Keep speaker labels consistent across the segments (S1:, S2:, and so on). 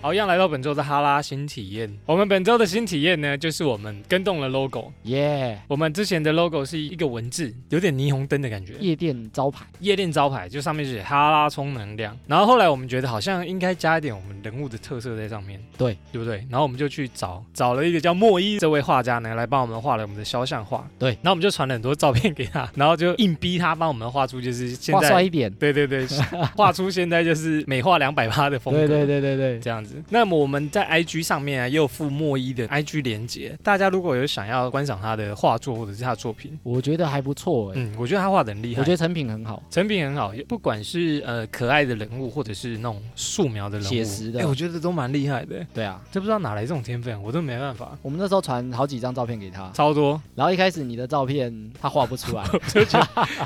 S1: 好，一样来到本周的哈拉新体验。我们本周的新体验呢，就是我们跟动了 logo。
S2: 耶、
S1: 我们之前的 logo 是一个文字，有点霓虹灯的感觉，
S2: 夜店招牌，
S1: 夜店招牌，就上面写哈拉充能量。然后后来我们觉得好像应该加一点我们人物的特色在上面，
S2: 对
S1: 对不对？然后我们就去找找了一个叫莫伊这位画家呢，来帮我们画了我们的肖像画。
S2: 对
S1: 然后我们就传了很多照片给他， 然后就硬逼他帮我们画出就是现
S2: 画帅
S1: 在，
S2: 一点。
S1: 对对对，画出现在就是美化两百八的风格。
S2: 对对对对对，
S1: 这样子。那么我们在 IG 上面啊，也有附莫伊的 IG 连接，大家如果有想要观赏他的画作或者是他的作品，
S2: 我觉得还不错哎、
S1: 嗯，我觉得他画的很厉害，
S2: 我觉得成品很好，
S1: 成品很好，不管是呃可爱的人物，或者是那种素描的人物，
S2: 写实的
S1: 哎、我觉得都蛮厉害的。
S2: 对啊，
S1: 这不知道哪来这种天分，我都没办法，
S2: 我们那时候传好几张照片给他，
S1: 超 多。
S2: 然后一开始你的照片他画不 出来，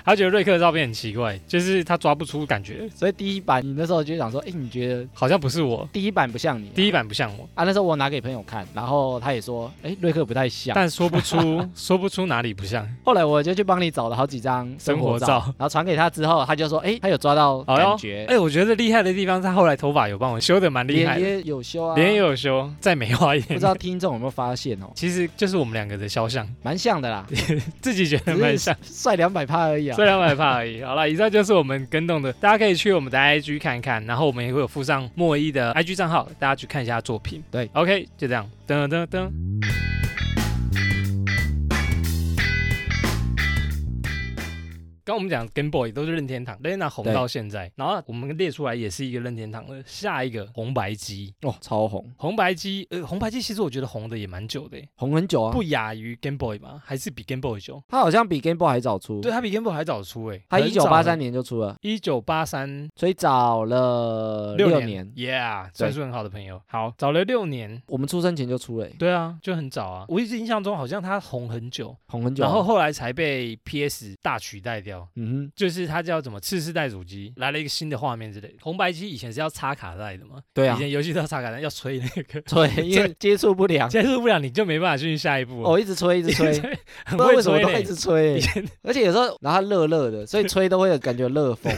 S1: 他觉得瑞克的照片很奇怪，就是他抓不出感觉，
S2: 所以第一版你那时候就想说，哎、你觉得
S1: 好像不是我。
S2: 第一版不像你
S1: 第一版不像我，
S2: 啊？那时候我拿给朋友看，然后他也说，哎、瑞克不太像。
S1: 但说不 出说不出哪里不像。
S2: 后来我就去帮你找了好几张生活照，
S1: 生活照
S2: 然后传给他之后，他就说，哎、他有抓到
S1: 哎呦
S2: 感觉，
S1: 哎、我觉得厉害的地方，他后来头发有帮我修的蛮厉害
S2: 脸
S1: 的，
S2: 也有修啊，
S1: 脸也有修，再美化一
S2: 不
S1: 点
S2: 知。道听众有没有发现哦，
S1: 其实就是我们两个的肖像，
S2: 蛮像的啦，
S1: 自己觉得蛮
S2: 只
S1: 像
S2: 是， 帅两百趴而已啊
S1: 虽。然我害怕而已。好了，以上就是我们跟动的，大家可以去我们的 IG 看一看，然后我们也会有附上莫伊的 IG 账号，大家去看一下作品。
S2: 对
S1: ，OK，就这样，噔噔噔。刚我们讲 Game Boy 都是任天堂，任天堂红
S2: 对
S1: 到现在，然后我们列出来也是一个任天堂的下一个红白机，
S2: 哦，超红，
S1: 红白机，呃，红白机其实我觉得红的也蛮久的耶，
S2: 红很久啊。
S1: 不亚于 Game Boy 吧，还是比 Game Boy 久？
S2: 他好像比 Game Boy 还早出，
S1: 对，它比 Game Boy 还早出诶、
S2: 他一九八三，年就出了，
S1: 一九八三
S2: 所以早了
S1: 六
S2: 呃六年。
S1: ，Yeah，算是很好的朋友。好，早了六年，
S2: 我们出生前就出了欸，
S1: 对啊，就很早啊。我一直印象中好像它红很久，
S2: 红很久啊。
S1: 然后后来才被 PS 大取代掉。
S2: 嗯
S1: 就是它叫什么次世代主机来了一个新的画面之类的，红白机以前是要插卡带的嘛
S2: 哼，，对啊
S1: 以，前游戏都要插卡带，要吹那个，
S2: 对，因为接触不良，
S1: 接触不了你就没办法进行下一步了。
S2: 哦，一直吹一直吹，
S1: 很
S2: 不知道
S1: 会
S2: 为什么
S1: 吹
S2: 都一
S1: 嘞，
S2: 直吹
S1: 以，前
S2: 而且有时候然后它热热的，所以吹都会有感觉有 热风。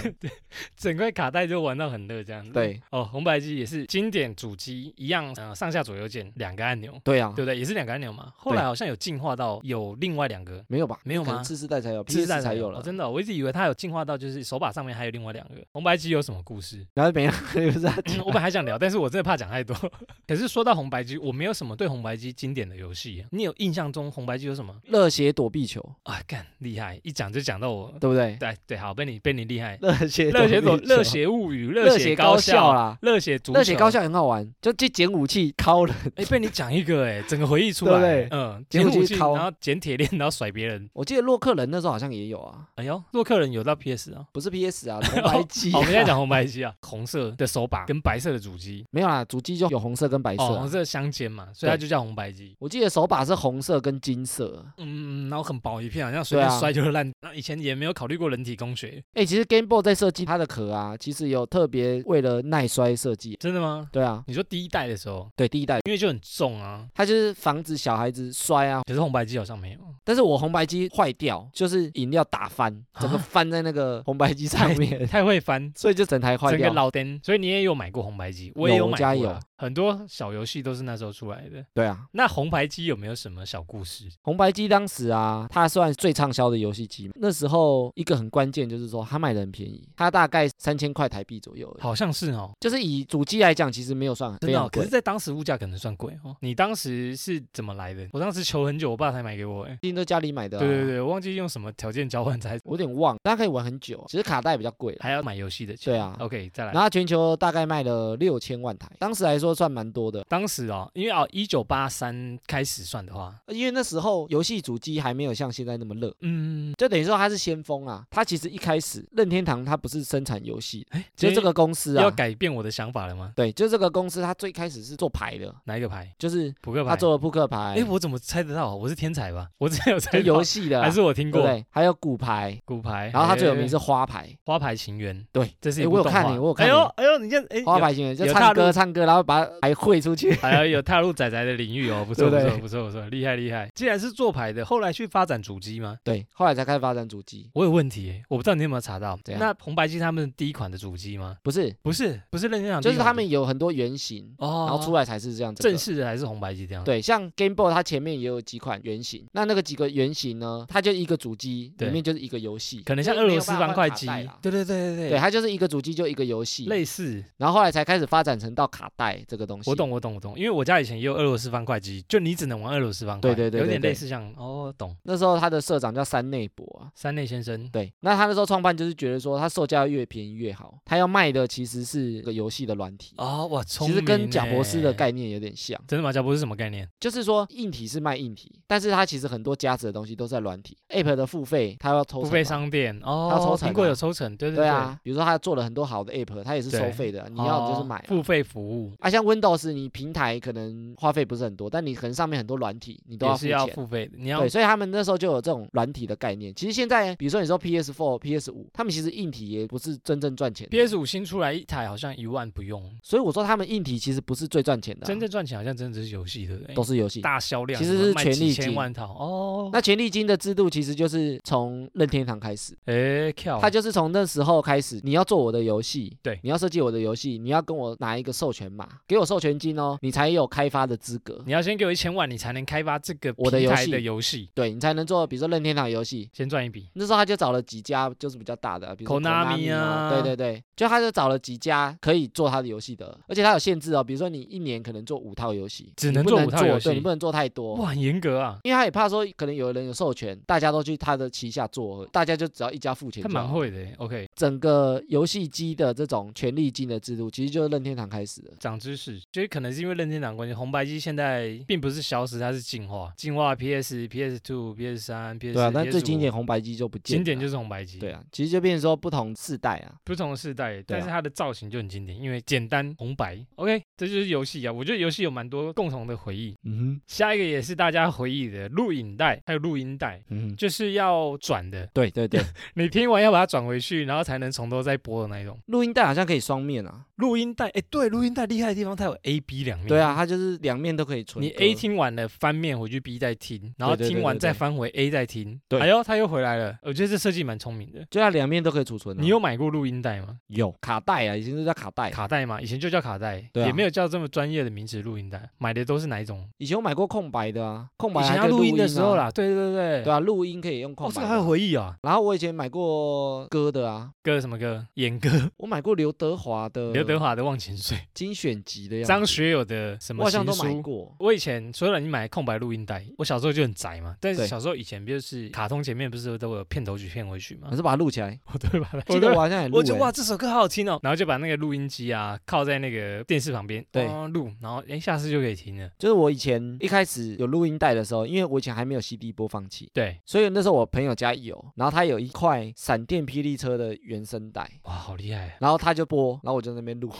S1: 整块卡带就玩到很热这样子。
S2: 对
S1: 哦，红白机也是经典主机一样，呃，上下左右键两个按钮，
S2: 对啊
S1: 对，不对？也是两个按钮嘛。后来好像有进化到有另外两个，
S2: 没有吧？
S1: 没有
S2: 可
S1: 吗
S2: 能？次世代才有
S1: 次世
S2: ，PS
S1: 代
S2: 才有
S1: 哦
S2: 了。
S1: 真的哦、我一直以为它有进化到就是手把上面还有另外两个。红白机有什么故事？
S2: 然后没有， 不是啊
S1: 我本来还想 聊，但是我真的怕讲太多。 可是说到红白机，我没有什么对红白机经典的游戏啊、你有印象中红白机有什么
S2: 热血躲避球，
S1: 啊？干厉害，一讲就讲到我。
S2: 对不对？
S1: 对对，好，被你被你厉害。
S2: 热血
S1: 热血
S2: 躲
S1: 走
S2: 避球
S1: 热血物语，热
S2: 热
S1: 血
S2: 血
S1: 高
S2: 高校啊
S1: 校，啊
S2: 啦，
S1: 热血足球，
S2: 热血高校很好玩，就去捡武器敲人。
S1: 哎、被你讲一个哎、整个回忆出来，
S2: 对不对
S1: 嗯，
S2: 捡
S1: 捡
S2: 武器
S1: 武器，
S2: 敲
S1: 然后捡铁链，然后甩别人。
S2: 我记得洛克人那时候好像也有啊，
S1: 哎呦，洛克人有到 PS 啊。
S2: 不是 PS 啊，红白机、啊
S1: 好，哦我们现 在讲红白机啊，红色的手把跟白色的主机，
S2: 没有啦，主机就有红色跟白色
S1: 哦，
S2: 啊、
S1: 红色相间嘛，所以它就叫红白机。
S2: 我记得手把是红色跟金色。
S1: 嗯，然后很薄一片，好像随便
S2: 对啊
S1: 摔就会烂。那以前也没有考虑过人体工学，
S2: 哎、其实 Game Boy 在设计它的壳啊，其实有特别为了耐摔设计。
S1: 真的吗？
S2: 对啊，
S1: 你说第一代的时候，
S2: 对第一代，
S1: 因为就很重啊，
S2: 它就是防止小孩子摔啊。
S1: 可是红白机好像没有，
S2: 但是我红白机坏掉，就是饮料打翻，整个
S1: 啊
S2: 翻在那个红白机上面，
S1: 太会翻。
S2: 所以就整台坏
S1: 整个
S2: 掉。
S1: 老灯，所以你也有买过红白机，我也
S2: 有我
S1: 买过
S2: 家
S1: 啊、
S2: 有
S1: 很多小游戏都是那时候出来的。
S2: 对啊，
S1: 那红白机有没有什么小故事？
S2: 红白机当时啊，它算最畅销的游戏机嘛。那时候一个很关键就是说，它卖的很便宜，它大概三千块台币左右而已。
S1: 好像是哦，
S2: 就是以主机来讲，其实没有算很
S1: 真
S2: 非
S1: 的哦、
S2: 常
S1: 可
S2: 贵
S1: 是，。在当时物价可能算贵哦。你当时是怎么来的？我当时求很久，我爸才买给我。哎、
S2: 毕竟都家里买的、啊。
S1: 对对对，我忘记用什么条件交换才
S2: 我有点忘，但它可以玩很久，啊只是卡带比较贵了。
S1: 还要买游戏的钱。
S2: 对啊
S1: OK，再来
S2: 然。后它全球大概卖了六千万台，当时来说算蛮多的，
S1: 当时哦，因为哦，一九八三开始算的话，
S2: 因为那时候游戏主机还没有像现在那么热，
S1: 嗯，
S2: 就等于说它是先锋啊。它其实一开始任天堂它不是生产游戏，
S1: 哎，
S2: 就这个公司
S1: 要
S2: 啊，
S1: 改变我的想法了吗？
S2: 对，就这个公司它最开始是做牌的，
S1: 哪一个牌？
S2: 就是
S1: 扑克牌。
S2: 它做了扑克牌，
S1: 哎，我怎么猜得到？我是天才吧？ 我真的有
S2: 就
S1: 猜到
S2: 游，戏的啊，
S1: 还是我听
S2: 对不
S1: 过
S2: 对？还有骨牌，
S1: 骨牌？
S2: 然后它最有名
S1: 哎
S2: 是花牌，
S1: 花牌情缘。
S2: 对，
S1: 这是
S2: 哎
S1: 一部
S2: 我有
S1: 动
S2: 看
S1: 画
S2: 你我有看
S1: 哎呦
S2: 你
S1: 哎呦，你这哎
S2: 花
S1: 有
S2: 牌情缘就
S1: 有踏
S2: 唱歌
S1: 入
S2: 唱歌，然后把它还汇出去。
S1: 还要有踏入仔仔的领域哦，不错不
S2: 对不
S1: 错
S2: 对
S1: 不错不错，厉害厉害。既然是做牌的，后来去发展主机吗？
S2: 对，后来才开始发展主机，
S1: 我有问题耶，我不知道你有没有查到。
S2: 怎样
S1: 那红白机他们第一款的主机吗？
S2: 不是，
S1: 不是，不是任天堂第
S2: 就
S1: 啊一款的，
S2: 是他们有很多原型，
S1: 哦，
S2: 然后出来才是这样子。
S1: 正式的还是红白机这样。，
S2: 对，像 Game Boy 它前面也有几款原型，那那个几个原型呢，它就一个主机
S1: 对
S2: 里面就是一个游戏，
S1: 可能像
S2: 就
S1: 俄
S2: 是没
S1: 罗
S2: 有
S1: 斯
S2: 办法
S1: 方块
S2: 换卡
S1: 机
S2: 带啦，
S1: 对对对对
S2: 对，，它就是一个主机就一个游戏，
S1: 类似。
S2: 然后后来才开始发展成到卡带这个东西。
S1: 我。懂我懂我懂，因为我家以前也有俄罗斯方块机，就你只能玩俄罗斯方块，
S2: 对对对
S1: 有点
S2: 对对
S1: 类似像哦，懂。
S2: 那时候他的社长叫山内博啊，
S1: 山内先生，
S2: 对，那他那时候创办就是觉得说，他售价越便宜越好，他要卖的其实是个游戏的软体。
S1: 哦，哇，聪
S2: 其
S1: 明
S2: 实跟贾博士的
S1: 欸
S2: 概念有点像，
S1: 真的吗？贾博士什么概念？
S2: 就是说硬体是卖硬体，但是它其实很多加值的东西都在软体。App 的付费，它要抽
S1: 付
S2: 成
S1: 费
S2: 嘛
S1: 商店
S2: 它
S1: 哦
S2: 抽，成
S1: 苹果
S2: 啊
S1: 有抽成，对
S2: 对
S1: 对，
S2: 啊，比如说他做了很多好的 app，他也是收
S1: 对
S2: 费的，你要你就是
S1: 哦
S2: 买啊。
S1: 付费服务，
S2: 啊，像 Windows，你平台可能花费不是很多，但你可能上面很多软体，你都
S1: 也
S2: 付
S1: 是要
S2: 钱。
S1: 付费的，你要
S2: 对，所以他们那时候就有这种软体的概念。其实现在，比如说你说 PS4、PS5，他们其实硬体也不是真正赚钱的。
S1: PS 五新出来一台好像一万不用，
S2: 所以我说他们硬体其实不是最赚钱的啊、
S1: 真正赚钱好像真的是游戏，对不对
S2: 都？是游戏。
S1: 大销量
S2: 其
S1: 什
S2: 实
S1: 么
S2: 是
S1: 卖
S2: 权
S1: 几
S2: 力
S1: 千
S2: 金
S1: 万套哦。
S2: 那权利金的制度其实就是从任天堂开始，
S1: 哎，跳
S2: 它就是从那时候开始，你要做我的游戏，
S1: 对
S2: 你要设计我的游戏，你要跟我拿一个授权码，给我授权金哦，你才有开发的资格。
S1: 你要先给我一千万，你才能开发这个
S2: 我的
S1: 平
S2: 游
S1: 台
S2: 戏
S1: 的游戏，
S2: 对你才能做，比如说任天堂游戏。
S1: 先赚一笔。
S2: 那时候他就找了几家就是比较大的，比如说
S1: Konami
S2: Konami
S1: 啊
S2: 对对对，就他就找了几家可以做他的游戏的，而且他有限制哦，比如说你一年可能做五套游戏，
S1: 只
S2: 你
S1: 能
S2: 不
S1: 做
S2: 能
S1: 五套
S2: 做
S1: 游戏
S2: 对你不能做太多。
S1: 哇，很严格啊，
S2: 因为他也怕说，可能有人有授权，大家都去他的旗下做，大家就只要一家付钱
S1: 他
S2: 就
S1: 蛮
S2: 好。
S1: 会的欸。OK，
S2: 整个游戏机的这种权利金的制度，其实就是任天堂开始的。
S1: 长知识，就是可能是因为任天堂关系，红白机现在并不是消失，它是进化，进化 PS、PS Two、PS 三、PS
S2: 对啊，但最经典红白机就不见了。
S1: 经典就是红白机，
S2: 对啊，其实就变成说不同世代啊，
S1: 不同的世代，
S2: 对啊
S1: 但是它的造型就很经典，因为简单红白。OK，这就是游戏啊，我觉得游戏有蛮多共同的回忆。
S2: 嗯
S1: 下一个也是大家回忆的录影带，还有录音带，
S2: 哼，嗯哼，
S1: 就是要转的，
S2: 对对 对，
S1: 你听完要把它转回去，然后才能从头再播的那一种。
S2: 录音带好像可以双面啊。
S1: 录音带，哎，对，录音带厉害的地方，它有 A、B 两面。
S2: 对。啊，它就是两面都可以
S1: 嗯
S2: 存。啊
S1: 你 A，听完了，翻面回去 B 再听，然后
S2: 对对对
S1: 听完
S2: 对对
S1: 再翻回 A 再听。
S2: 对
S1: 哎呦，他又回来了。我觉得这设计蛮聪明的。
S2: 就它两面都可以储存啊。
S1: 你有买过录音带吗？
S2: 有卡带啊，以前就叫卡带。
S1: 卡带吗？以前就叫卡带，
S2: 对啊
S1: 也没有叫这么专业的名词。录音带买的都是哪一种？
S2: 以前我买过空白的啊，空白
S1: 以前要
S2: 还可以
S1: 录
S2: 音
S1: 音的时候
S2: 啊。
S1: 啦，对对对
S2: 对。啊，录音可以用空
S1: 哦，
S2: 白
S1: 这
S2: 的
S1: 个
S2: 啊。
S1: 还有回忆啊！
S2: 然后我以前买过歌的啊，
S1: 歌什么歌？演歌，
S2: 我买过刘德华的
S1: 刘德华的《忘情水
S2: 精选集的》，呀，
S1: 张学友的什
S2: 我
S1: 么
S2: 好
S1: 情
S2: 像都买
S1: 书？
S2: 过。
S1: 我以前除了你买空白录音带，我小时候就很宅嘛。但是
S2: 对
S1: 小时候以前不就是卡通前面不是都有片头曲、片尾曲
S2: 可
S1: 吗？
S2: 是把它录起来，
S1: 我都会把它，
S2: 记嗯得我好像也录、
S1: 我就
S2: 欸
S1: 哇，这首歌好好听哦，然后就把那个录音机啊靠在那个电视旁边，
S2: 对
S1: 哦录，然后哎下次就可以听了。
S2: 就是我以前一开始有录音带的时候，因为我以前还没有 CD 播放器，
S1: 对，
S2: 所以那时候我朋友家有，然后他有一块《闪电霹雳车》的原声带，
S1: 哇，好厉害啊！
S2: 然后他就播，然后我就在那边录，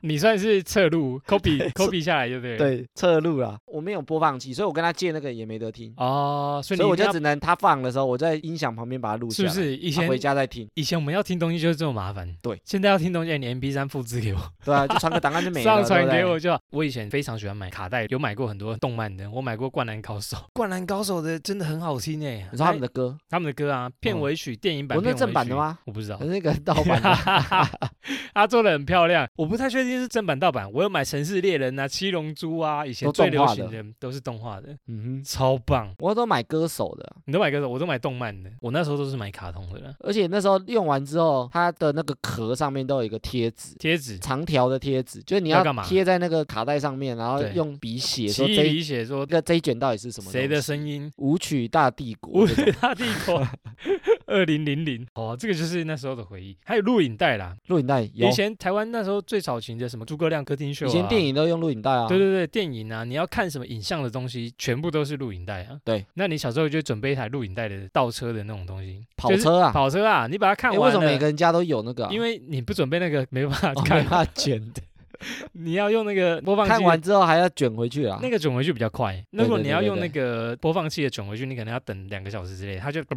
S1: 你算是侧 录，copy copy 下来就对了。，
S2: 对，侧录啦。我没有播放器，所以我跟他借那个也没得听，
S1: 哦，所以
S2: 所以
S1: 你
S2: 我
S1: 一定
S2: 就
S1: 要
S2: 只能他放的时候，我在音响旁边把它录下
S1: 是不
S2: 来，
S1: 是以
S2: 以
S1: 前
S2: 回家再听，
S1: 以前我们要听东西就是这么麻烦，
S2: 对，
S1: 现在要听东西，哎你 MP 三复制给我，
S2: 对啊，就传个档案就没了，
S1: 上传
S2: 对不对
S1: 给我就好。我以前非常喜欢买卡带，有买过很多动漫的，我买过《灌篮高手》，《灌篮高手》的真的很好听哎。
S2: 你说他们的歌，
S1: 他们的歌啊，片
S2: 嗯
S1: 尾曲、电影版，
S2: 我那
S1: 片尾
S2: 正版的
S1: 曲
S2: 吗？
S1: 我不知道
S2: 可，是那个盗版的
S1: 他做的很漂亮，我不太确定是正版盗版。我有买《城市猎人》啊，《七龙珠》啊，以前
S2: 都
S1: 最
S2: 动
S1: 流
S2: 画的
S1: 行的都是动画的，
S2: 嗯哼，
S1: 超棒。
S2: 我都买歌手的，
S1: 你都买歌手，我都买动漫的，我那时候都是买卡通的啦。
S2: 而且那时候用完之后，它的那个壳上面都有一个贴纸。
S1: 贴纸，
S2: 长条的贴纸，就是你
S1: 要
S2: 要
S1: 干嘛
S2: 贴在那个卡带上面，然后
S1: 对
S2: 用笔写
S1: 奇
S2: 说
S1: 异
S2: 这一
S1: 笔写说
S2: 这个这一卷到底是什么东西？
S1: 谁的声音？
S2: 舞曲大帝
S1: 我
S2: 国这种？
S1: 是大帝国，二零零零哦，这个就是那时候的回忆。还有录影带啦，
S2: 录影带有，
S1: 以前台湾那时候最早期的什么诸葛亮歌厅秀、啊，
S2: 以前电影都用录影带啊。
S1: 对对对，电影啊，你要看什么影像的东西，全部都是录影带啊。
S2: 对，
S1: 那你小时候就准备一台录影带的倒车的那种东西，
S2: 跑
S1: 就是
S2: 车啊，
S1: 跑车啊，你把它看
S2: 诶
S1: 完了，
S2: 为什么每个人家都有那个啊？
S1: 因
S2: 为
S1: 为你不准备那个没办法
S2: 哦没
S1: 看，
S2: 办法卷的，
S1: 你要用那个播放器
S2: 看完之后还要卷回去啦。啊
S1: 那个转回去比较快。如果
S2: 对对
S1: 你要
S2: 对
S1: 用那
S2: 对
S1: 个播放器的转回去，你可能要等两个小时之类，它就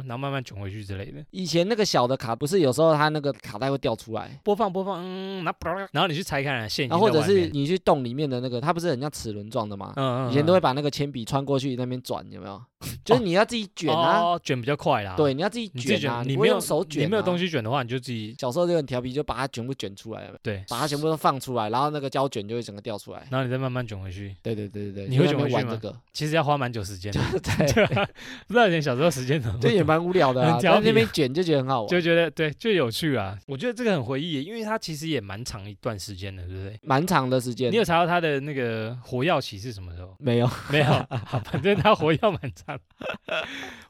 S1: 然后慢慢转回去之类的。
S2: 以前那个小的卡不是有时候它那个卡带会掉出来，
S1: 播放播放，嗯，然后然后你去拆开来，线已经
S2: 然后或
S1: 在
S2: 者
S1: 外
S2: 是
S1: 面
S2: 你去动里面的那个，它不是很像齿轮状的吗？
S1: 嗯嗯，
S2: 以前都
S1: 嗯
S2: 会把那个铅笔穿过去那边转，有没有？ 就是你要自己卷啊，
S1: 哦，卷比较快啦。
S2: 对，，你要自己
S1: 你自己
S2: 卷啊，
S1: 卷，你
S2: 不
S1: 没
S2: 会
S1: 有
S2: 用手卷，
S1: 你没有东
S2: 西。
S1: 西卷的话，你就自己
S2: 小时候就很调皮，就把它全部卷出来，有没有
S1: 对，
S2: 把它全部都放出来，然后那个胶卷就会整个掉出来。
S1: 然后你再慢慢卷回去。
S2: 对对对对对，
S1: 你会
S2: 就在那
S1: 卷回
S2: 边
S1: 去
S2: 玩
S1: 吗
S2: 这个？
S1: 其实要花蛮久时间的，
S2: 对，
S1: 不知道以前小时候时间怎么
S2: 这 也蛮无聊的啊，
S1: 很调皮
S2: 在
S1: 啊
S2: 那边卷就觉得很好玩，
S1: 就觉得对，就有趣啊。我觉得这个很回忆，因为它其实也蛮长一段时间的，对不对？
S2: 蛮长的时间？
S1: 你。有查到它的那个火药期是什么时候
S2: 没有，
S1: 没有，好反正它火药蛮长。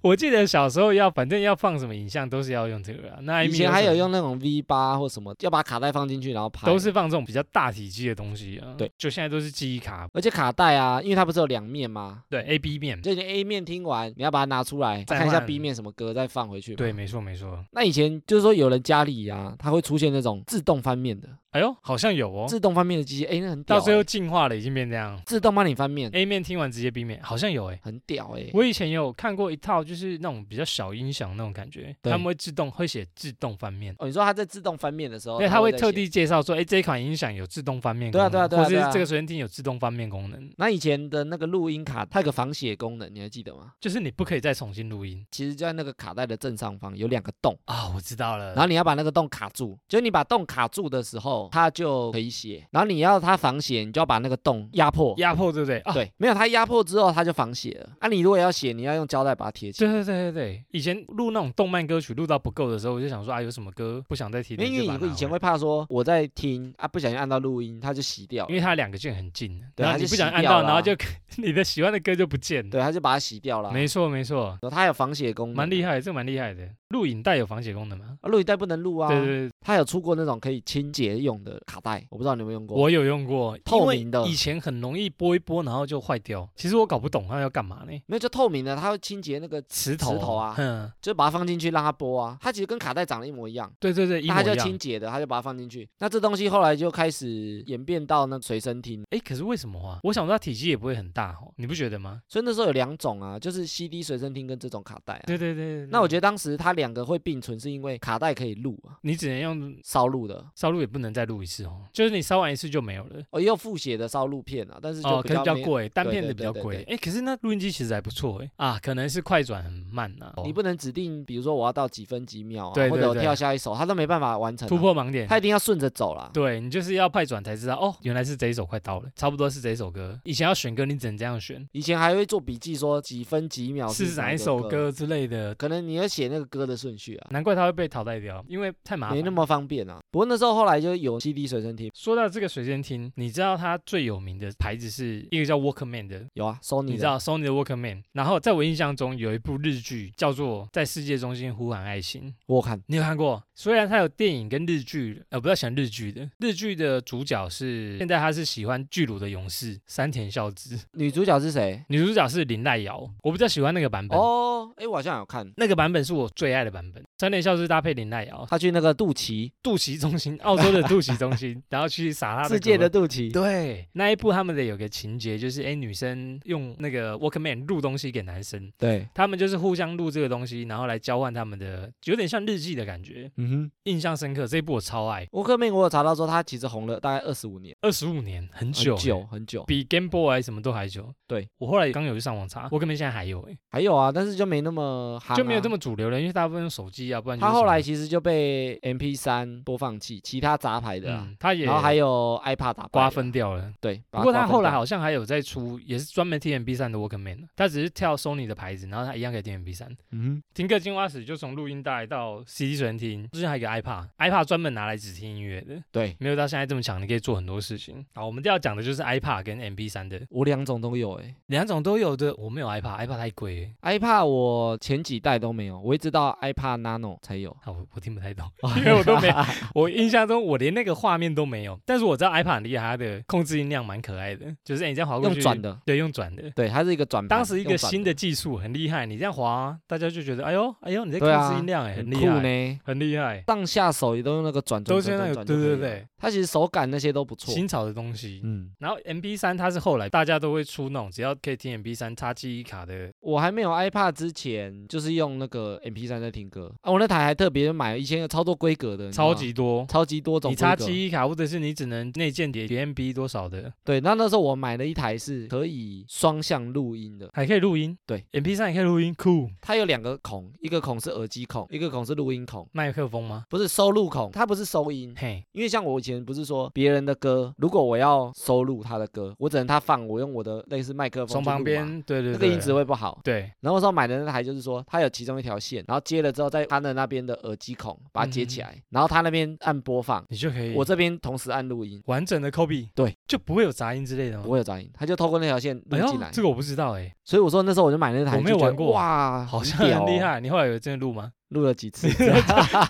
S1: 我记得小时候要，反正要放什么影像都是要用这个啊。那艾
S2: 以
S1: 米
S2: 前还
S1: 什
S2: 有
S1: 么
S2: 用那种 V 八或什么，要把卡带放进去然后拍。
S1: 都是放这种比较大体积的东西啊。
S2: 对，
S1: 就现在都是记忆卡，
S2: 而且卡带啊，因为它不是有两面吗？
S1: 对 A B 面，
S2: 就你 A 面听完，你要把它拿出来
S1: 再
S2: 看一下
S1: 换
S2: B 面什么歌，再放回去。
S1: 对，，没错没错。
S2: 那以前就是说有人家里啊，它会出现那种自动翻面的，
S1: 哎呦，好像有哦。
S2: 自动翻面的机器，哎，那很屌、
S1: 到最后
S2: 欸，
S1: 进化了，已经变这样。
S2: 自动帮你翻面，
S1: A 面听完直接 B 面，好像有哎、
S2: 很屌哎、
S1: 我以前也有看过一套，就是那种比较小音响那种感觉，
S2: 对
S1: 他们会自动会写自动翻面，
S2: 哦，你说它在自动翻面的时候，
S1: 因为
S2: 它
S1: 它会
S2: 哦在
S1: 特
S2: 写
S1: 地介绍说，哎，这一款音响有自动翻面功
S2: 对啊
S1: 能，
S2: 对啊对啊
S1: 或
S2: 对
S1: 者
S2: 啊
S1: 是这个随身听有自动翻面功能，
S2: 那以前的那个录音卡，它有个防写功能，你还记得吗？
S1: 就是你不可以再重新录音
S2: 其实就在那个卡带的正上方有两个洞，
S1: 啊、我知道了，
S2: 然后你要把那个洞卡住。就是你把洞卡住的时候，它就可以写；然后你要它防写，你就要把那个洞压迫。
S1: 压迫对不对？啊，
S2: 对，没有它压迫之后，它就防写了。啊，你如果要写，你要用胶带把它贴起
S1: 对
S2: 来。
S1: 对对对对，以前录那种动漫歌曲录到不够的时候，我就想说啊，有什么歌不想再提的，
S2: 因
S1: 就
S2: 为
S1: 把它
S2: 你以前
S1: 拿回
S2: 会怕说我在听啊，不小心按到录音，它就洗掉
S1: 来，因
S2: 了，
S1: 为它两个键很近，
S2: 对
S1: 然
S2: 它
S1: 后你
S2: 就
S1: 不想
S2: 洗
S1: 按
S2: 掉
S1: 到，
S2: 了
S1: 然后
S2: 啊
S1: 就 你的喜欢的歌就不见了。
S2: 对，啊它就把它洗掉了。
S1: 没错没错，
S2: 然后它有防写功能，
S1: 蛮厉害的，这个蛮厉害的。录影带有防写功能吗？
S2: 啊。录影带不能录啊，
S1: 对对对，
S2: 它有出过那种可以清洁用的卡带，我不知道你有没有用过。
S1: 我有用过，
S2: 透
S1: 因为
S2: 明的
S1: 以前很容易播一播，然后就坏掉。其实我搞不懂它要干嘛呢？
S2: 没有就透明的，它会清洁那个，
S1: 磁头，
S2: 磁头啊
S1: 嗯，
S2: 就是把它放进去让它播啊。它其实跟卡带长得一模一样，
S1: 对对对，一模
S2: 它
S1: 一
S2: 就
S1: 样
S2: 清。洁的，它就把它放进去。那这东西后来就开始演变到那随身听，
S1: 哎，可是为什么啊？我想说它体积也不会很大哦，你不觉得吗？
S2: 所以那时候有两种啊，就是 CD 随身听跟这种卡带、啊。
S1: 对嗯对对。
S2: 那我觉
S1: 得
S2: 得当时它两个会并存，是因为卡带可以录啊，
S1: 你只能用
S2: 烧录的，
S1: 烧录也不能再录一次哦，就是你烧完一次就没有了。
S2: 哦也有复写的烧录片啊，但是就
S1: 哦，可
S2: 比
S1: 是
S2: 较
S1: 比较
S2: 没。
S1: 贵，单
S2: 对
S1: 片的
S2: 对
S1: 比较
S2: 对对
S1: 贵。
S2: 对
S1: 哎，可是那录音机其实还不错哎啊，可能是快转很慢呐，哦
S2: 你不能指定，比如说我要到几分几秒啊，
S1: 对对
S2: 或者我
S1: 对
S2: 跳下一首，它都没办法完成啊、
S1: 突破盲点
S2: 它。一定要顺着走啦。
S1: 对你就是要快转才知道哦，原来是这一首快到了，差不多是这一首歌。以前要选歌，你只能这样选。
S2: 以前还会做笔记，说几分几秒
S1: 是哪一首
S2: 歌，
S1: 歌之类的，
S2: 可能你要写那个歌的顺序啊，
S1: 难怪它会被淘汰掉，因为太麻烦。
S2: 没那么方便啊。不过那时候后来就有 CD 随身听，
S1: 说到这个水仙厅，你知道它最有名的牌子是一个叫 Walkman 的，
S2: 有啊，Sony 的
S1: 你知道 Sony 的 Walkman。然后在我印象中有一部日剧叫做《在世界中心呼喊爱情》，
S2: 我有看
S1: 你有看过？虽然它有电影跟日剧，呃，不要想日剧的，日剧的主角是现在他是喜欢巨乳的勇士山田孝之，
S2: 女主角是谁？
S1: 女主角是林濑遥，我比较喜欢那个版本。
S2: 哦，哎，我好像有看，
S1: 那个版本是我最爱的版本，山田孝之搭配林濑遥，
S2: 她去那个肚脐，
S1: 肚脐中 心，澳洲的肚脐中心，然后去撒他的
S2: 世界
S1: 狗
S2: 的
S1: 狗
S2: 肚脐，
S1: 对那一部他们的有个情节就是，哎，女生用那个 Walkman 录东西给男生，
S2: 对，
S1: 他们就是互相录这个东西，然后来交换他们的，有点像日记的感觉，
S2: 嗯哼。
S1: 印象深刻。这一部我超爱，
S2: 沃克曼我有查到说她其实红了大概二十五年，
S1: 二十五年，很久
S2: 很
S1: 欸
S2: 久很久。
S1: 比 Game Boy 什么都还久。
S2: 对
S1: 我后来刚有去上网查，Walkman 现在还有哎、
S2: 还有啊，但是就没那么夯啊
S1: 就没有这。么主流了，因为大部分用手机啊，不然就是
S2: 她后来
S1: 什
S2: 其实就被 MP 3播放器、其他杂牌的
S1: 么
S2: 啊，
S1: 嗯，他也
S2: 然后还有 iPad 打败
S1: 瓜
S2: 了
S1: 分，掉了。
S2: 对。把
S1: 不过
S2: 瓜
S1: 他
S2: 分
S1: 后来
S2: 掉
S1: 好像还有在出，也是专门 TMB 三的 Walkman，他只是跳 Sony 的牌子，然后他一样可以 TMB 三。
S2: 嗯哼。
S1: 听歌进化史就从录音带到 CD 随身听，之前还有一个 iPad，iPad 专门拿来只听音乐的，
S2: 对，
S1: 没有到现在这么强，你可以做很多事情。好，我们要讲的就是 iPad 跟 MP 3的
S2: 我两种都有哎、
S1: 两种都有的，我没有 iPad，iPad 太贵了。欸
S2: iPad 我前几代都没有，我一直到 iPad Nano 才有。
S1: 好，我我听不太懂， 因为我都没，我印象中我连那个画面都没有。但是我知道 iPad 很厉害，它的控制音量蛮可爱的，就是、哎你这样滑过
S2: 用
S1: 去，
S2: 转的，
S1: 对，用转的。
S2: 对，它是一个转盘。
S1: 当时一个
S2: 用转
S1: 新的技术很厉害，你这样滑，大家就觉得哎呦哎呦，你在控
S2: 对啊
S1: 制音量哎、
S2: 很
S1: 很
S2: 酷
S1: 厉害，
S2: 呢，
S1: 很厉害，
S2: 上下手也都用那个转转
S1: 都是
S2: 转
S1: 那个
S2: 转转，
S1: 对对
S2: 就可以了。
S1: 对，
S2: 它其实手感那些都不错。
S1: 新潮的东西。
S2: 嗯，
S1: 然后 MB 三它是后来大家都会出那种只要可以听 MB 三插记忆卡的，
S2: 我还没有 iPad 之前，就是用那个 MP3 在听歌啊。我那台还特别买以前有超多规格的，你知道
S1: 超
S2: 吗
S1: 级多。
S2: 超级多种
S1: 你
S2: 规格。
S1: 插记忆卡，或者是你只能内建叠 MB 多少的，
S2: 对，那那时候我买了一台是可以双向录音的，
S1: 还可以录音。
S2: 对
S1: ，MP 三也可以录音，酷。
S2: 它有两个孔，一个孔是耳机孔，一个孔是录音孔。
S1: 麦克风吗？
S2: 不是收录孔，它不是收音，
S1: 嘿，
S2: 因为像我以前不是说别人的歌，如果我要收录他的歌，我只能他放，我用我的类似麦克风
S1: 从
S2: 去录嘛
S1: 旁边，对对
S2: 那
S1: 对，
S2: 个音质会不好。
S1: 对，
S2: 然后我说买的那台就是说，它有其中一条线，然后接了之后，在他的那边的耳机孔把它接起
S1: 嗯
S2: 来，然后他那边按播放，
S1: 你就可以
S2: 我这边同时按录音，
S1: 完整的 copy，
S2: 对，
S1: 就不会有杂音之类的吗？
S2: 不会有杂音，他就透过那条线录
S1: 哎呦
S2: 进来。
S1: 这个我不知道哎，
S2: 所以我说那时候我就买那台，
S1: 我没有
S2: 就觉得
S1: 玩过
S2: 哇，
S1: 好 像很
S2: 屌哦
S1: 厉，害。你后来有真的录吗？
S2: 录 了几次，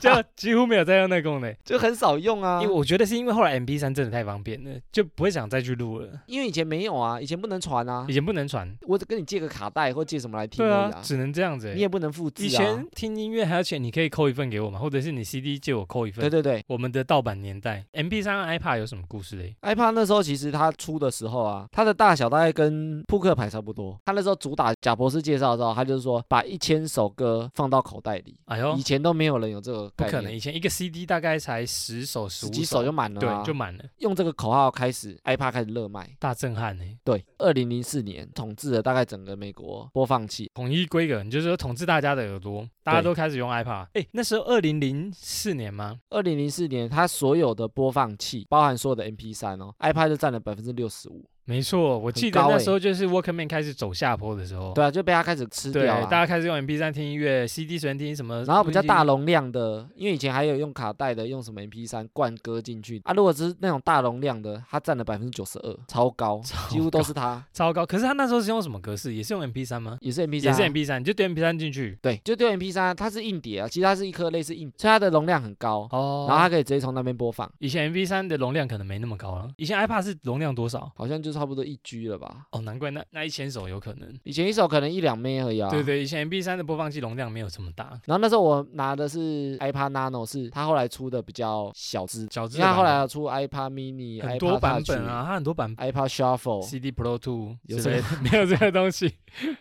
S1: 就几乎没有再用那个功能，
S2: 就很少用啊，
S1: 因为我觉得是因为后来 MP 三真的太方便了，就不会想再去录了。
S2: 因为以前没有啊，以前不能传啊
S1: 以，前不能传，
S2: 我只跟你借个卡带或借什么来听
S1: 对
S2: 而已
S1: 啊，
S2: 啊，
S1: 只能这样子欸。
S2: 你也不能复制啊。
S1: 以前听音乐还要钱，你可以扣一份给我嘛，或者是你 CD 借我扣一份。
S2: 对对对
S1: 我们的盗版年代，MP 三、iPad 有什么故事嘞？
S2: ，iPad 那时候其实它出的时候啊，它的大小大概跟扑克牌差不多。它那时候主打贾博士介绍的时候，他就是说把一千首歌放到口袋里，
S1: 哎呦
S2: 以，前都没有人有这个
S1: 不
S2: 概
S1: 可
S2: 念，
S1: 能！以前一个 CD 大概才十首、十
S2: 十
S1: 五
S2: 几首就满了、啊，
S1: 对，就满了，
S2: 用这个口号开始，iPad 开始热卖。
S1: 大震撼欸呢。
S2: 对，二零零四年统治了大概整个美国播放器，
S1: 统一规格，你就是说统治大家的耳朵，大家都开始用 iPad。哎，那时候二零零四年吗？
S2: 二零零四年它所有的播放器，包含所有的 MP 3哦，iPad 就占了百分之六十五。
S1: 没错，我记得
S2: 很高欸
S1: 那时候就是 Walkman 开始走下坡的时候。
S2: 对啊，就被它开始吃
S1: 对
S2: 掉了。
S1: 大家开始用 MP 三听音乐，CD 随便听什么，
S2: 然后比较大
S1: 了。
S2: 容量的，因为以前还有用卡带的，用什么 MP 3灌歌进去啊。如果是那种大容量的，它占了百分之九十二，超高，几乎都 是它，
S1: 超高。可是他那时候是用什么格式？也是用 MP 三吗？
S2: 也是 MP 3
S1: 也是 MP 三，你就丢 MP 三进去。
S2: 啊对，就丢 MP 3它是硬碟啊，其实它是一颗类似硬，所以它的容量很高，
S1: 哦
S2: 然后它可以直接从那边播放，
S1: 以前 MP 三的容量可能没那么高了，以前 iPad 是容量多少？
S2: 好像就差不多一 G 了吧。
S1: 哦，难怪那那一千首有可能。
S2: 以前一首可能一两枚而已啊。
S1: 对。对，以前 MP 三的播放器容量没有这么大，
S2: 然后那时候我拿的是 iPad Nano，是它后来出的比较小只，
S1: 小
S2: 因
S1: 只
S2: 为
S1: 的
S2: 它
S1: 版本。
S2: 后来有出 iPad Mini、
S1: 很
S2: iPad
S1: 多版
S2: Touch
S1: 本、啊，它很多版本。
S2: iPad Shuffle，
S1: CD Pro Two
S2: 哦有
S1: 之类的，没有这个东西。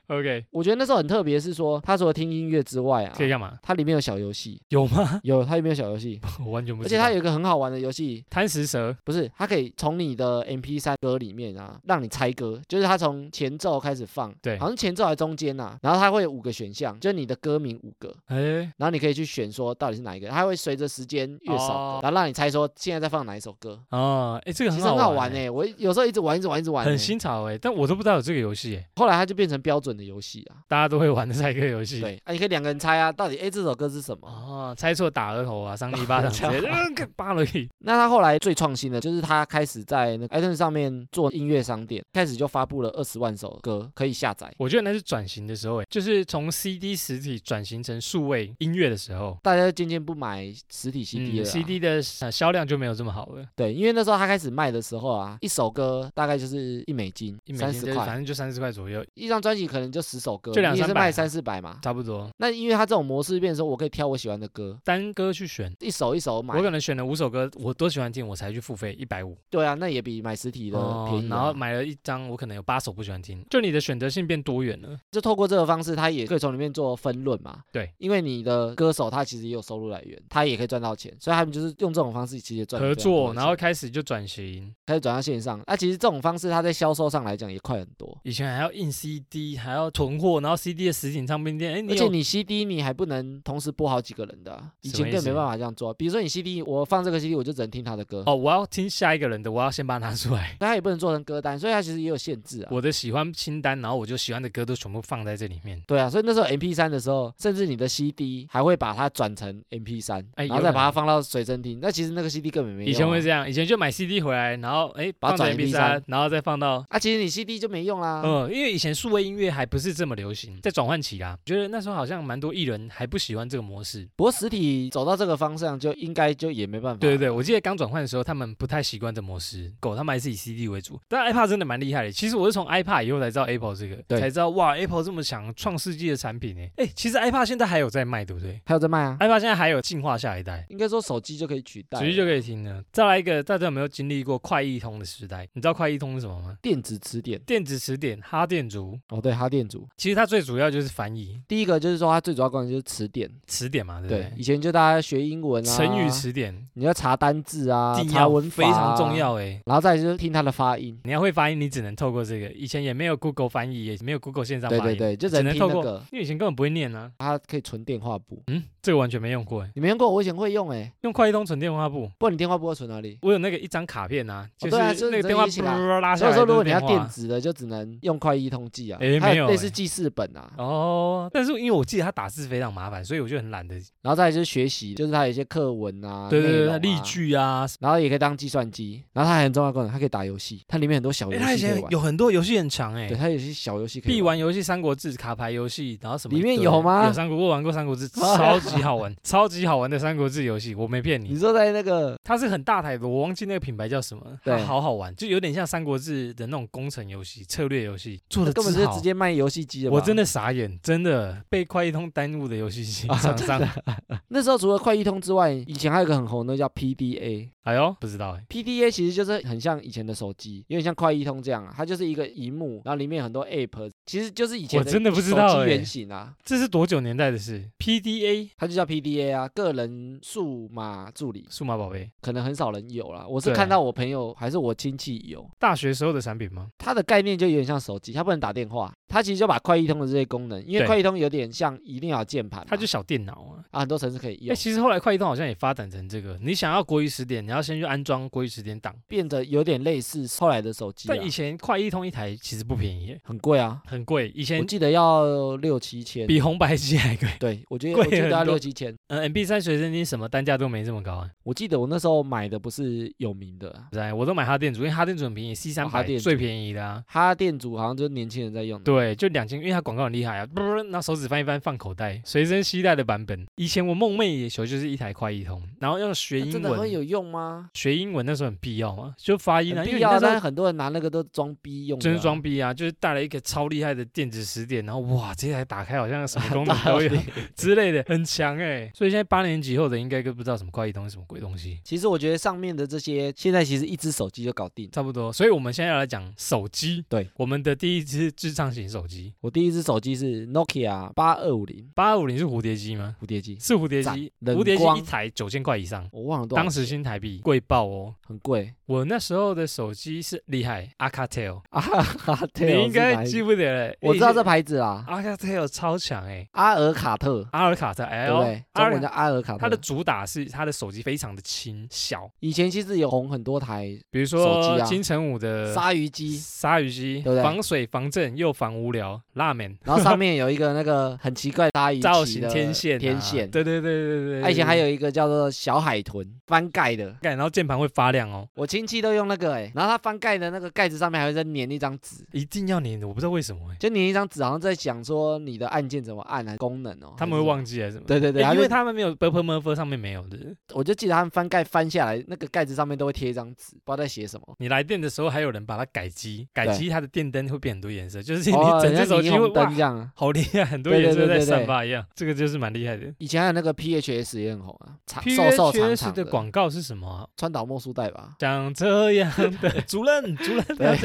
S1: OK，
S2: 我觉得那时候很特别，是说它除了听音乐之外啊
S1: 可，以干嘛？
S2: 它里面有小游戏，
S1: 有吗？
S2: 有它里面有小游戏，
S1: 我完全不
S2: 而
S1: 知
S2: 且
S1: 道。
S2: 它有一个很好玩的游戏，
S1: 贪食蛇，
S2: 不是它可以从你的 MP 3歌里面啊，让你猜歌，就是它从前奏开始放，
S1: 对
S2: 好像前奏还中间呐、然后它会有五个选项，就是你的歌名五个。
S1: 哎，
S2: 然后你可以去选说到底是哪一个，它会随着时间越少歌，
S1: 哦
S2: 然后让你猜说现在在放哪一首歌，
S1: 哦，哎，这个
S2: 其
S1: 很
S2: 实很好玩
S1: 玩
S2: 哎、，我有时候一直玩一直玩一直玩、欸，
S1: 很新潮哎，但我都不知道有这个游戏哎，
S2: 后来它就变成标准的游戏啊，
S1: 大家都会玩的猜歌游戏。
S2: 对啊，你可以两个人猜啊，到底哎这首歌是什么？
S1: 哦，猜错打额头啊，赏 你一巴掌，直接嗯给扒了你。
S2: 那他后来最创新的就是他开始在那个 iTunes 上面做音乐商店，开始就发布了二十万首歌可以下载。
S1: 我觉得那是转型的时候哎，就是从 CD 实体转型成数位音乐的时候。
S2: 大家就渐渐不买实体 CD
S1: 嗯
S2: 了啊、
S1: ，CD 的呃销量就没有这么好了，
S2: 对，因为那时候他开始卖的时候啊，一首歌大概就是一美金
S1: 一，美
S2: 三
S1: 金
S2: 十
S1: 就
S2: 块，
S1: 反正就三十块左右，
S2: 一张专辑可能就十首歌，
S1: 就两
S2: 你也是
S1: 三百
S2: 卖
S1: 啊
S2: 三四百嘛。
S1: 差不多。
S2: 那因为他这种模式变成说，我可以挑我喜欢的歌，
S1: 单歌去选，
S2: 一首一首买
S1: 我。可能选了五首歌，我都喜欢听，我才去付费一百五。
S2: 对啊，那也比买实体的便
S1: 哦
S2: 宜、啊
S1: 然后，买了一张，我可能有八首不喜欢听，就你的选择性变多元了。
S2: 就透过这个方式，他也可以从里面做分论嘛。
S1: 对，
S2: 因为你的歌手他其实也有收入来源，他也可以赚到钱，所以他们就是用这种方式其实也赚了
S1: 合
S2: 非常啊多
S1: 作，
S2: 的
S1: 然后
S2: 钱
S1: 开始就转型。
S2: 开始转到线上。那、其实这种方式，它在销售上来讲也快很多。
S1: 以前还要印 CD，还要囤货，然后 CD 的实体唱片店，哎，你
S2: 而且
S1: 有
S2: 你 CD 你还不能同时播好几个人的啊、以
S1: 什
S2: 前
S1: 么意
S2: 更
S1: 思
S2: 没
S1: 哦
S2: 办法这样做。啊比如说你 CD，我放这个 CD，我就只能听他的歌，
S1: 哦，我要听下一个人的，我要先把它拿出来。
S2: 但他也不能做成歌单，所以它其实也有限制啊。
S1: 我的喜欢清单，然后我就喜欢的歌都全部放在这里面。
S2: 对啊，所以那时候 M P 三的时候，甚至你的 C D 还会把它转成 M P 三，
S1: 哎
S2: 然后
S1: 有
S2: 再
S1: 可
S2: 把它
S1: 能
S2: 放到随身听。那其实那个 C D 根本没用啊、
S1: 以前会这样，以前就买 CD 回来，然后哎
S2: 把它
S1: 放在
S2: 转 MP3
S1: MP 三，然后再放到。
S2: 啊，其实你 C D 就没用啦。
S1: 嗯，因为以前数位音乐还不是这么流行，在转换期啦，觉得那时候好像蛮多艺人还不喜欢这个模式。
S2: 不过实体走到这个方向，就应该就也没办法。
S1: 对对对，我记得刚转换的时候，他们不太习惯这模式，狗他们还是以 CD 为主。但 iPad 真的蛮厉害的，其实我是从 iPad 以后才知道 Apple 这个，
S2: 对
S1: 才知道哇，Apple 这么强，创世纪的产品哎哎，其实 iPad 现在还有在卖，对不对
S2: 还有在卖啊，
S1: ？iPad 现在还有进化下一代。
S2: 应该说手机就可以取代
S1: 直
S2: 了，
S1: 接就可以听了。再来一个，大家有没有经历过快易通的时代？你知道快易通是什么吗？
S2: 电子词典。
S1: 电子词典哈电族，
S2: 哦，对，哈电族。
S1: 其实它最主要就是翻译
S2: 第一个就是说它最主要功能就是词典，
S1: 词典嘛，对不
S2: 对，
S1: 对？
S2: 以前就大家学英文啊，
S1: 成语，词典
S2: 你要查单字啊，
S1: 一定
S2: 查
S1: 要
S2: 文法
S1: 非
S2: 啊
S1: 常重。要哎。
S2: 然后再来就是听它的发音，
S1: 你要会发音，你只能透过这个。以前也没有 Google 翻译，也没有 Google 线上
S2: 对
S1: 发
S2: 对
S1: 音，
S2: 对，就
S1: 只能
S2: 听
S1: 透
S2: 那
S1: 过
S2: 个，
S1: 因为以前根本不会念啊。
S2: 它可以存电话簿。
S1: 嗯，这个完全没用过哎。
S2: 你没用过，我以前会用哎，
S1: 用快易通存电话簿，
S2: 不然你电话簿要存哪里？
S1: 我有那个一张卡片啊，就
S2: 哦对啊
S1: 是
S2: 就是
S1: 那
S2: 你
S1: 个
S2: 这
S1: 电话
S2: 一起啦
S1: 拉下
S2: 所以
S1: 来
S2: 说，
S1: 都
S2: 如果
S1: 是
S2: 你
S1: 电话。
S2: 要电子的，就只能用快易通记啊，
S1: 诶
S2: 还
S1: 没有欸
S2: 有类似
S1: 诶
S2: 记事本啊。
S1: 哦，但是因为我记得它打字非常麻烦，所以我就很懒得。
S2: 然后再来就是学习，就是它有一些课文啊，
S1: 对对
S2: 内
S1: 对，
S2: 容
S1: 它
S2: 啊
S1: 例，句啊
S2: 然后也可以当计算机，然后它还很重要的功能，它可以打游戏，它里面很多小
S1: 哎、
S2: 哦游
S1: 他以
S2: 戏可以
S1: 前
S2: 玩。
S1: 有很多游戏很强哎、
S2: 对，它有些小游戏可以
S1: 必玩游戏《三国志》、卡牌游戏，然后什么
S2: 里面
S1: 对
S2: 有吗
S1: 有三国，我玩过《三国 志》，超级好玩，超级好玩的《三国志》游戏，我没骗
S2: 你
S1: 你。
S2: 说在那个
S1: 它是很大台的，我忘记那个品牌叫什么，它
S2: 对
S1: 好好玩，就有点像《三国志》的那种工程游戏、策略游戏，做的
S2: 根本是直。接卖游戏机的吧？
S1: 我真的傻眼，真的被快一通耽误的游戏机 厂商，
S2: 那时候除了快易通之外，以前还有一个很红的叫 PDA。
S1: 哎呦，不知道哎，
S2: PDA 其实就是很像以前的手机，有点像快易通这样、啊，它就是一个荧幕，然后里面很多 App，其实就是以前
S1: 我真的不知
S2: 手
S1: 道
S2: 机
S1: 欸
S2: 原型啊，
S1: 这是多久年代的事？PDA
S2: 它就叫 PDA 啊，个人数码助理，
S1: 数码宝贝，
S2: 可能很少人有啦。我是
S1: 对
S2: 看到我朋友还是我亲戚有，
S1: 大学时候的产品吗？
S2: 它的概念就有点像手机，它不能打电话，它其实就把快易通的这些功能，因为
S1: 对
S2: 快易通有点像一定要有键盘嘛，
S1: 它就小电脑啊，
S2: 啊很多城市可以
S1: 哎、
S2: 用，
S1: 其实后来快移动好像也发展成这个，你想要国语词典，你要先去安装国语词典档。
S2: 变得有点类似后来的手机、啊
S1: 但，以前快易通一台其实不便宜耶，
S2: 很贵啊，
S1: 很贵，以
S2: 我
S1: 前
S2: 记得要六七千，
S1: 比红白机还贵。
S2: 对我觉得
S1: 贵
S2: 我记得
S1: 很
S2: 要
S1: 多
S2: 六七千。
S1: 嗯，M P 3随身听什么单价都没这么高啊，
S2: 我记得我那时候买的不是有名的啊，
S1: 不然我都买哈电阻，因为哈电阻很便宜，C 3
S2: 哦哈
S1: 0
S2: 电
S1: 0
S2: 阻嗯
S1: 最便宜的啊。
S2: 哈电阻好像就是年轻人在用的。
S1: 对，就两千，因为它广告很厉害啊，不不，拿手指翻一翻放口袋，随身携带的版本。以前我梦寐以求就是一台快易通，然后要学
S2: 那
S1: 英
S2: 哎啊真的会
S1: 文，
S2: 有用吗？
S1: 学英文那时候很必要嘛，就发音啊，
S2: 很
S1: 因为
S2: 必
S1: 你
S2: 要啊，
S1: 那时
S2: 但
S1: 候
S2: 是很多人拿那个都装逼用的啊，
S1: 真是装逼啊！就是带了一个超厉害的电子词典，然后哇，这台打开好像
S2: 啊
S1: 什么功能都有 之类的，很强哎、所以现在八年级后的应该都不知道什么快易通是什么鬼东西，
S2: 其实我觉得上面的这些，现在其实一只手机就搞定了。
S1: 差不多。所以我们现在要来讲手机，
S2: 对，
S1: 我们的第一只智障型手机
S2: 我第一只手机是 Nokia 八二五零
S1: 八五零是蝴蝶机吗？
S2: 蝴蝶机，
S1: 是蝴蝶
S2: 赞
S1: 机，
S2: 冷
S1: 蝴蝶机一
S2: 光
S1: 台九千块以上，
S2: 我忘了多少，
S1: 当时新台币贵爆哦。
S2: 很贵
S1: 我那时候的手机是厉害，Arcatel，
S2: 啊哈哈。
S1: 哦
S2: 对
S1: 你
S2: 哦
S1: 应
S2: 是
S1: 该
S2: 哪一
S1: 记不得了，
S2: 我知道
S1: 以
S2: 这
S1: 前
S2: 牌子啦，
S1: Arcatel 超强哎、
S2: 阿尔卡特，
S1: 阿尔卡特
S2: 对
S1: L，
S2: 不对？
S1: 哎阿
S2: 中
S1: 尔
S2: 文叫阿尔卡特。
S1: 它的主打是它的手机非常的轻小，
S2: 以前其实有红很多台
S1: 比如
S2: 手
S1: 说
S2: 机啊
S1: 金城武的
S2: 鲨鱼机，
S1: 鲨鱼机，
S2: 对不对
S1: 防水防震又防无聊，拉面
S2: 然后上面有一个那个很奇怪的鲨 鱼
S1: 造
S2: 鳍
S1: 型
S2: 的
S1: 天线啊，
S2: 天线，
S1: 对对对对对
S2: 啊以前还有一个叫做小海豚翻盖的，
S1: 盖，然后键盘会发亮哦，
S2: 我亲戚都用那个哎、然后它翻盖的那个盖子上面还会再粘一张纸，
S1: 一定要粘的，我不知道为什么哎，
S2: 就粘一张纸，好像在讲说你的按键怎么按啊，功能哦，
S1: 他们会忘记还是什么？
S2: 还是什么。对对对，
S1: 哎
S2: 还
S1: 因为
S2: 会
S1: 他们没有 Burp m u r p 上面没有的。
S2: 我就记得他们翻盖翻下来，那个盖子上面都会贴一张纸，不知道在写什么。
S1: 你来电的时候，还有人把它改机，改机它的电灯会变很多颜色， 就是你
S2: 哦
S1: 整只
S2: 像
S1: 手机
S2: 霓
S1: 会
S2: 虹灯
S1: 哇
S2: 这，样啊。
S1: 好厉害，很多
S2: 对对
S1: 颜色
S2: 对
S1: 在
S2: 对对
S1: 散发一样，这个就是蛮厉害的。
S2: 以前还有那个 PHS 也很红啊，长瘦瘦长
S1: PHS
S2: 长
S1: 的广告是什么啊？
S2: 川岛茉树代吧
S1: ，像这样的主任，主任，啊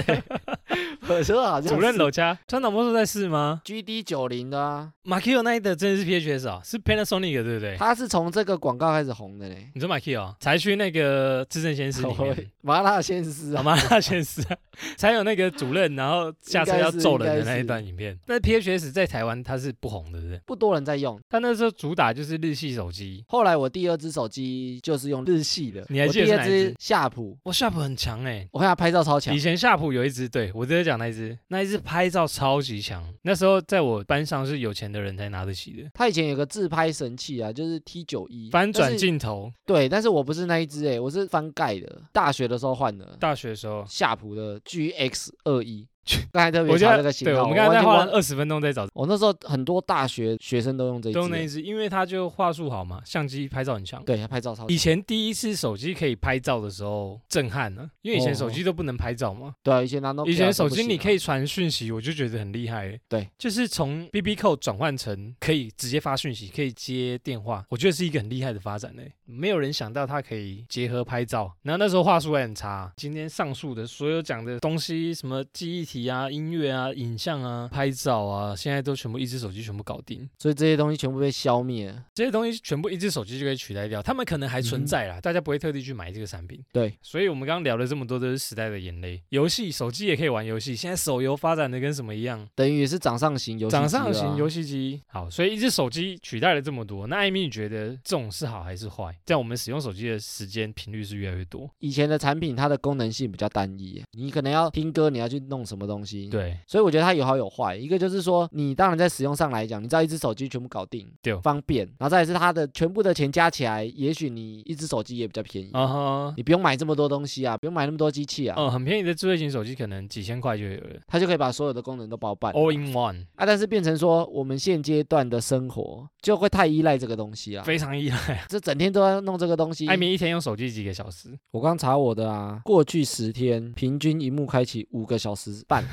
S2: 对，我觉得好像
S1: 主任楼家川岛魔术在试吗
S2: G D 九零的啊，
S1: ？Makio 那一的真的是 PHS 啊、是 Panasonic 的对不对？
S2: 他是从这个广告开始红的嘞。
S1: 你说 Makio 哦才去那个至圣先师里面，
S2: 麻辣鲜师
S1: 好
S2: 啊，
S1: 吗？那先师啊 才有那个主任，然后下车要揍人的那一段影片。但是 PHS 在台湾它是不红的，对不对？
S2: 不多人在用。
S1: 但那时候主打就是日系手机，
S2: 后来我第二只手机就是用日系的，
S1: 你还
S2: 我
S1: 记得
S2: 第
S1: 是
S2: 二
S1: 哪一
S2: 只
S1: 只
S2: 夏普，
S1: 哇，Sharp 很强哎、
S2: 我看他拍照超强
S1: 以，前夏普有一只，对我直接讲那一只，那一只拍照超级强。那时候在我班上是有钱的人才拿得起的，
S2: 他以前有个自拍神器啊，就是 T 九一
S1: 反转，镜头。
S2: 但是对，但是我不是那一只哎、我是翻盖的，大学的时候换的
S1: 大学的时候，
S2: 夏普的 GX 二一，刚才特别
S1: 我觉
S2: 查这
S1: 得
S2: 个型
S1: 对，
S2: 号，
S1: 我们刚才
S2: 已
S1: 在
S2: 经
S1: 花
S2: 忘
S1: 了二十分钟在找
S2: 我那时候很多大学学生都用这一
S1: 都那一
S2: 支，
S1: 只，因为它就话术好嘛，相机拍照很强。
S2: 对，他拍照超
S1: 以前第一次手机可以拍照的时候震撼了，因为以前手机都不能拍照嘛。
S2: 哦对啊，以前拿 Nokia
S1: 以前手
S2: 都不
S1: 机
S2: 行
S1: 你
S2: 啊
S1: 可以传讯息，我就觉得很厉害欸。
S2: 对，
S1: 就是从 B B 扣转换成可以直接发讯息，可以接电话，我觉得是一个很厉害的发展嘞。欸没有人想到它可以结合拍照，然后那时候话术还很差。今天上述的所有讲的东西，什么记忆体啊、音乐啊、影像啊、拍照啊，现在都全部一只手机全部搞定。
S2: 所以这些东西全部被消灭了。
S1: 这些东西全部一只手机就可以取代掉，他们可能还存在啦，大家不会特地去买这个产品。
S2: 嗯对，
S1: 所以我们刚刚聊了这么多都是时代的眼泪，游戏手机也可以玩游戏，现在手游发展的跟什么一样，
S2: 等于也是掌上型游戏机了啊、
S1: 掌上型游戏机。好，所以一只手机取代了这么多，那艾米你觉得这种是好还是坏？在我们使用手机的时间频率是越来越多，
S2: 以前的产品它的功能性比较单一，啊你可能要听歌，你要去弄什么东西。，
S1: 对，
S2: 所以我觉得它有好有坏。一个就是说，你当然在使用上来讲，你知道一只手机全部搞定，
S1: 对
S2: 方便。然后再来是它的全部的钱加起来，也许你一只手机也比较便宜，
S1: 啊哈，
S2: 你不用买这么多东西啊，不用买那么多机器啊，
S1: 嗯，很便宜的智慧型手机可能几千块就有了
S2: 它就可以把所有的功能都包办。
S1: ，all in one，
S2: 啊，但是变成说我们现阶段的生活就会太依赖这个东西啦，
S1: 非常依赖。
S2: 这整天都要弄这个东西。
S1: 艾米一天用手机几个小时？
S2: 我刚查我的啊，过去十天平均荧幕开启五个小时半，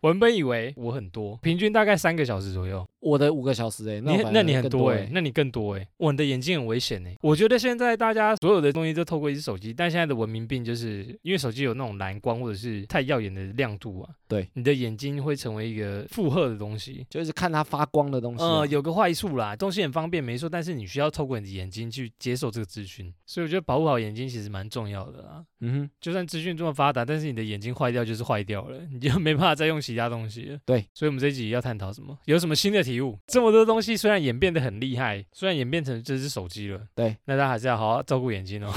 S1: 我原本以为我很多，平均大概三个小时左右。
S2: 我的五个小时哎、欸，
S1: 你
S2: 那我
S1: 很
S2: 反
S1: 那
S2: 而
S1: 你很
S2: 更
S1: 多
S2: 多欸
S1: 哎、那你更多哎、哇，你的眼睛很危险哎、我觉得现在大家所有的东西都透过一只手机，但现在的文明病就是因为手机有那种蓝光或者是太耀眼的亮度啊，
S2: 对，
S1: 你的眼睛会成为一个负荷的东西。
S2: 就是看它发光的东西、啊。
S1: 呃，有个坏处啦，东西很方便没错，但是你需要透过你的眼睛去接受这个资讯，所以我觉得保护好眼睛其实蛮重要的啊啦。
S2: 嗯哼，
S1: 就算资讯这么发达，但是你的眼睛坏掉就是坏掉了，你就没办法再用其他东西了。
S2: 对，
S1: 所以我们这一集要探讨什么？有什么新的体悟？这么多东西虽然演变得很厉害，虽然演变成这只手机了，
S2: 对，
S1: 那大家还是要好好照顾眼睛 哦。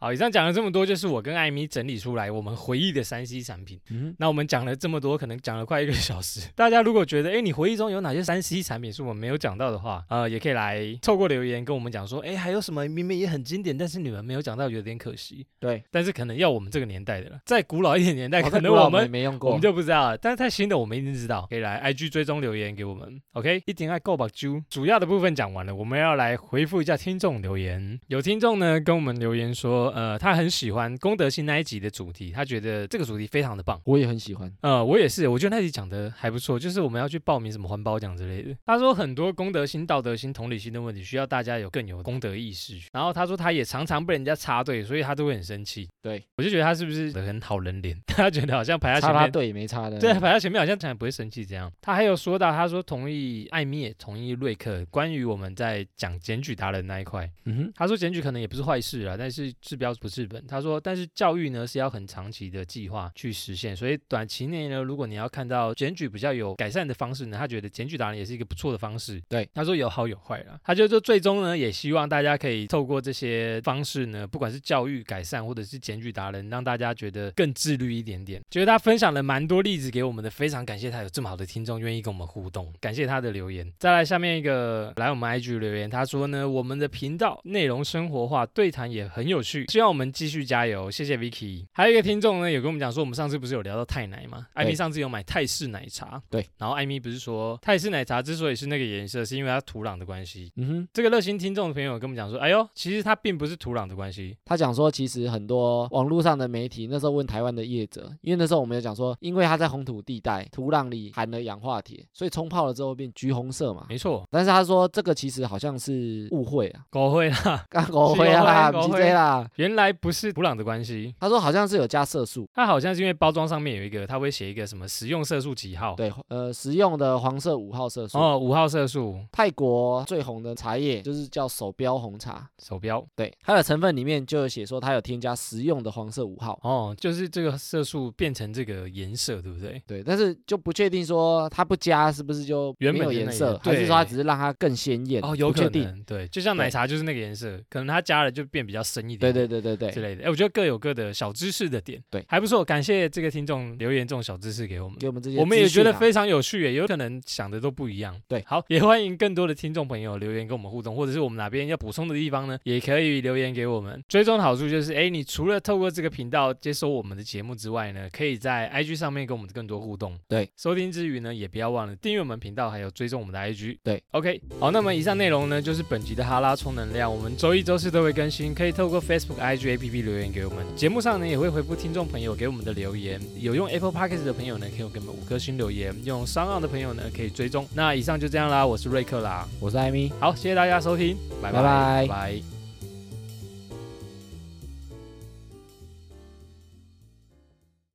S1: 好，以上讲了这么多，就是我跟艾米整理出来我们回忆的三 C 产品。
S2: 嗯
S1: 那我们讲了这么多，可能讲了快一个小时。 大家如果觉得，哎，你回忆中有哪些三 C 产品是我们没有讲到的话，呃，也可以来透过留言跟我们讲说，哎，还有什么明明也很经典，但是你们没有讲到，有点可惜。
S2: 对。
S1: 但是可能要我们这个年代的了，再古老一点年代，
S2: 好
S1: 可
S2: 在
S1: 能
S2: 哦古老
S1: 我们
S2: 没用过，
S1: 我们就不知道了。但是太新的我们一定知道，可以来 IG 追踪留言给我们。OK，一点爱够吧啾。主要的部分讲完了，我们要来回复一下听众留言。有听众呢跟我们留言说，呃，他很喜欢功德心那一集的主题，他觉得这个主题非常的棒。
S2: 我也很喜欢。
S1: 呃，我也是，我觉得那集讲的还不错，就是我们要去报名什么环保奖之类的。他说很多公德心、道德心、同理心的问题，需要大家有更有公德意识。然后他说他也常常被人家插队，所以他都会很生气。
S2: 对，
S1: 我就觉得他是不是很好人脸？ 他觉得好像排他
S2: 插
S1: 前
S2: 他
S1: 面
S2: 队也嗯没插的。
S1: 对，反正前面好像讲也不会生气这样。他还有说到，他说同意艾米也同意瑞克关于我们在讲检举达人那一块，
S2: 嗯哼，
S1: 他说检举可能也不是坏事啦，但是治标不治本。他说，但是教育呢是要很长期的计划去实现，所以短期内呢，如果你要看到检举比较有改善的方式呢，他觉得检举达人也是一个不错的方式。
S2: 对，
S1: 他说有好有坏啦。他就说最终呢，也希望大家可以透过这些方式呢，不管是教育改善或者是检举达人，让大家觉得更自律一点点。觉得他分享了蛮多例子给我们的，非常感谢他有这么好的听众愿意跟我们互动，感谢他的留言。再来下面一个，来我们 IG 留言，他说呢，我们的频道内容生活化，对谈也很有趣，希望我们继续加油，谢谢 Vicky。还有一个听众呢，有跟我们讲说，我们上次不是有聊到泰奶吗？艾米
S2: 对
S1: 上次有买泰式奶茶，
S2: 对，
S1: 然后艾米不是说泰式奶茶之所以是那个颜色，是因为它土壤的关系。
S2: 嗯哼，
S1: 这个热心听众的朋友跟我们讲说，哎呦，其实它并不是土壤的关系，
S2: 他讲说，其实很多网络上的媒体那时候问台湾的业者，因为那时候我们有讲说，因为它在红土地带，土壤里含了氧化铁，所以冲泡了之后变橘红色嘛。
S1: 没错，
S2: 但是他说这个其实好像是误会啊，
S1: 狗会啦，
S2: 刚狗灰啊啦，
S1: 是误会
S2: 不
S1: 误
S2: 是
S1: 会
S2: 这啦，
S1: 原来不是土壤的关系，
S2: 他说好像是有加色素，
S1: 它好像是因为包装上面有一个，它会写一个什么食用色素几号，
S2: 对，呃，食用的黄色五号色素。
S1: 哦，五号色素
S2: 泰国最红的茶叶就是叫手标红茶，
S1: 手标，
S2: 对，它的成分里面就有写说它有添加食用的黄色五号，
S1: 哦，就是这个色素变成这个颜色，对不对？
S2: 对，但是就不确定说它不加是不是就
S1: 原
S2: 没
S1: 本
S2: 有
S1: 的
S2: 颜
S1: 那
S2: 色
S1: 个，
S2: 还是说它
S1: 对
S2: 只是让它更鲜艳？
S1: 哦，有
S2: 不
S1: 可
S2: 确定。
S1: 能，对，就像奶茶就是那个颜色，可能它加了就变比较深一点，
S2: 对对对对
S1: 之
S2: 对，
S1: 类的。哎，我觉得各有各的小知识的点，
S2: 对
S1: 还不错，感谢这个听众留言这种小知识给我们。
S2: 给我们这些、啊
S1: 我们也觉得。非常有趣耶，有可能想的都不一样。
S2: 对
S1: 好，也欢迎更多的听众朋友留言跟我们互动，或者是我们哪边要补充的地方呢，也可以留言给我们。追踪的好处就是，哎，你除了透过这个频道接收我们的节目之外呢，可以在 IG 上面跟我们更多互动。
S2: 对，
S1: 收听之余呢，也不要忘了订阅我们频道，还有追踪我们的 IG。
S2: 对
S1: ，OK，好，那么以上内容呢，就是本集的哈拉充能量，我们周一、周四都会更新，可以透过 Facebook、IG、APP 留言给我们。节目上呢，也会回复听众朋友给我们的留言。有用 Apple Podcast 的朋友呢，可以给我们五颗星留言；用商岸的朋友呢，可以追踪。那以上就这样啦，我是瑞克啦，
S2: 我是艾米。
S1: 好，谢谢大家收听，拜
S2: 拜
S1: 拜
S2: 拜
S1: 拜。